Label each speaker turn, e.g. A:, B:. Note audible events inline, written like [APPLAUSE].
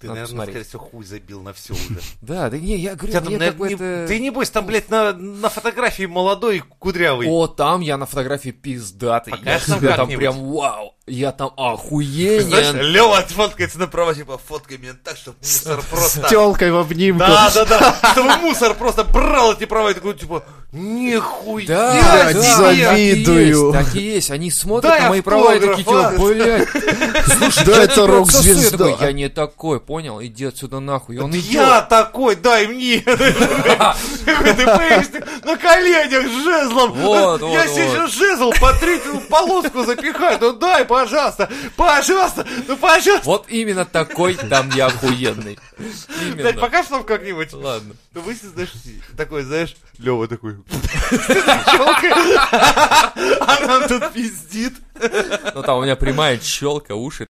A: Ты,
B: Надо
A: наверное,
B: посмотреть.
A: скорее всего, хуй забил на все
B: [LAUGHS]
A: уже.
B: Да, да не, я говорю,
A: Тебя там,
B: мне
A: наверно,
B: как бы
A: не-
B: ну, это-
A: Ты небось там, блядь, на, на фотографии молодой и кудрявый.
B: О, там я на фотографии пиздатый. Я
A: Покажешь нам
B: себе там
A: как-нибудь?
B: прям вау. Я там охуение.
A: Лева отфоткается на права, типа, фоткай меня так, чтобы мусор
C: С
A: просто...
C: телкой в обнимку.
A: Да, да, да, чтобы мусор просто брал эти права и такой, типа, нихуя
B: Да,
C: блядь,
B: да,
A: себе!»
B: так и есть,
C: завидую.
B: Так и есть, они смотрят
A: Дай
B: на мои права и такие, типа,
A: автограф, а. [LAUGHS]
B: блядь,
C: Слушай,
B: Я
C: да это
B: ну, такой, я
C: рок-звезда.
B: не такой, понял, иди отсюда нахуй. И он
A: Я
B: идет.
A: такой, дай мне! [LAUGHS] Такой ты появишься на коленях с жезлом!
B: Вот,
A: Я
B: вот,
A: сейчас жезл по третью полоску запихаю, ну дай, пожалуйста, пожалуйста, ну пожалуйста!
B: Вот именно такой там я охуенный.
A: Дать,
B: Именно.
A: покажешь нам как-нибудь?
B: Ладно.
A: Ну, вы знаешь, такой, знаешь, Лева такой. [LAUGHS] щелкает, А нам тут пиздит.
B: Ну там у меня прямая челка, уши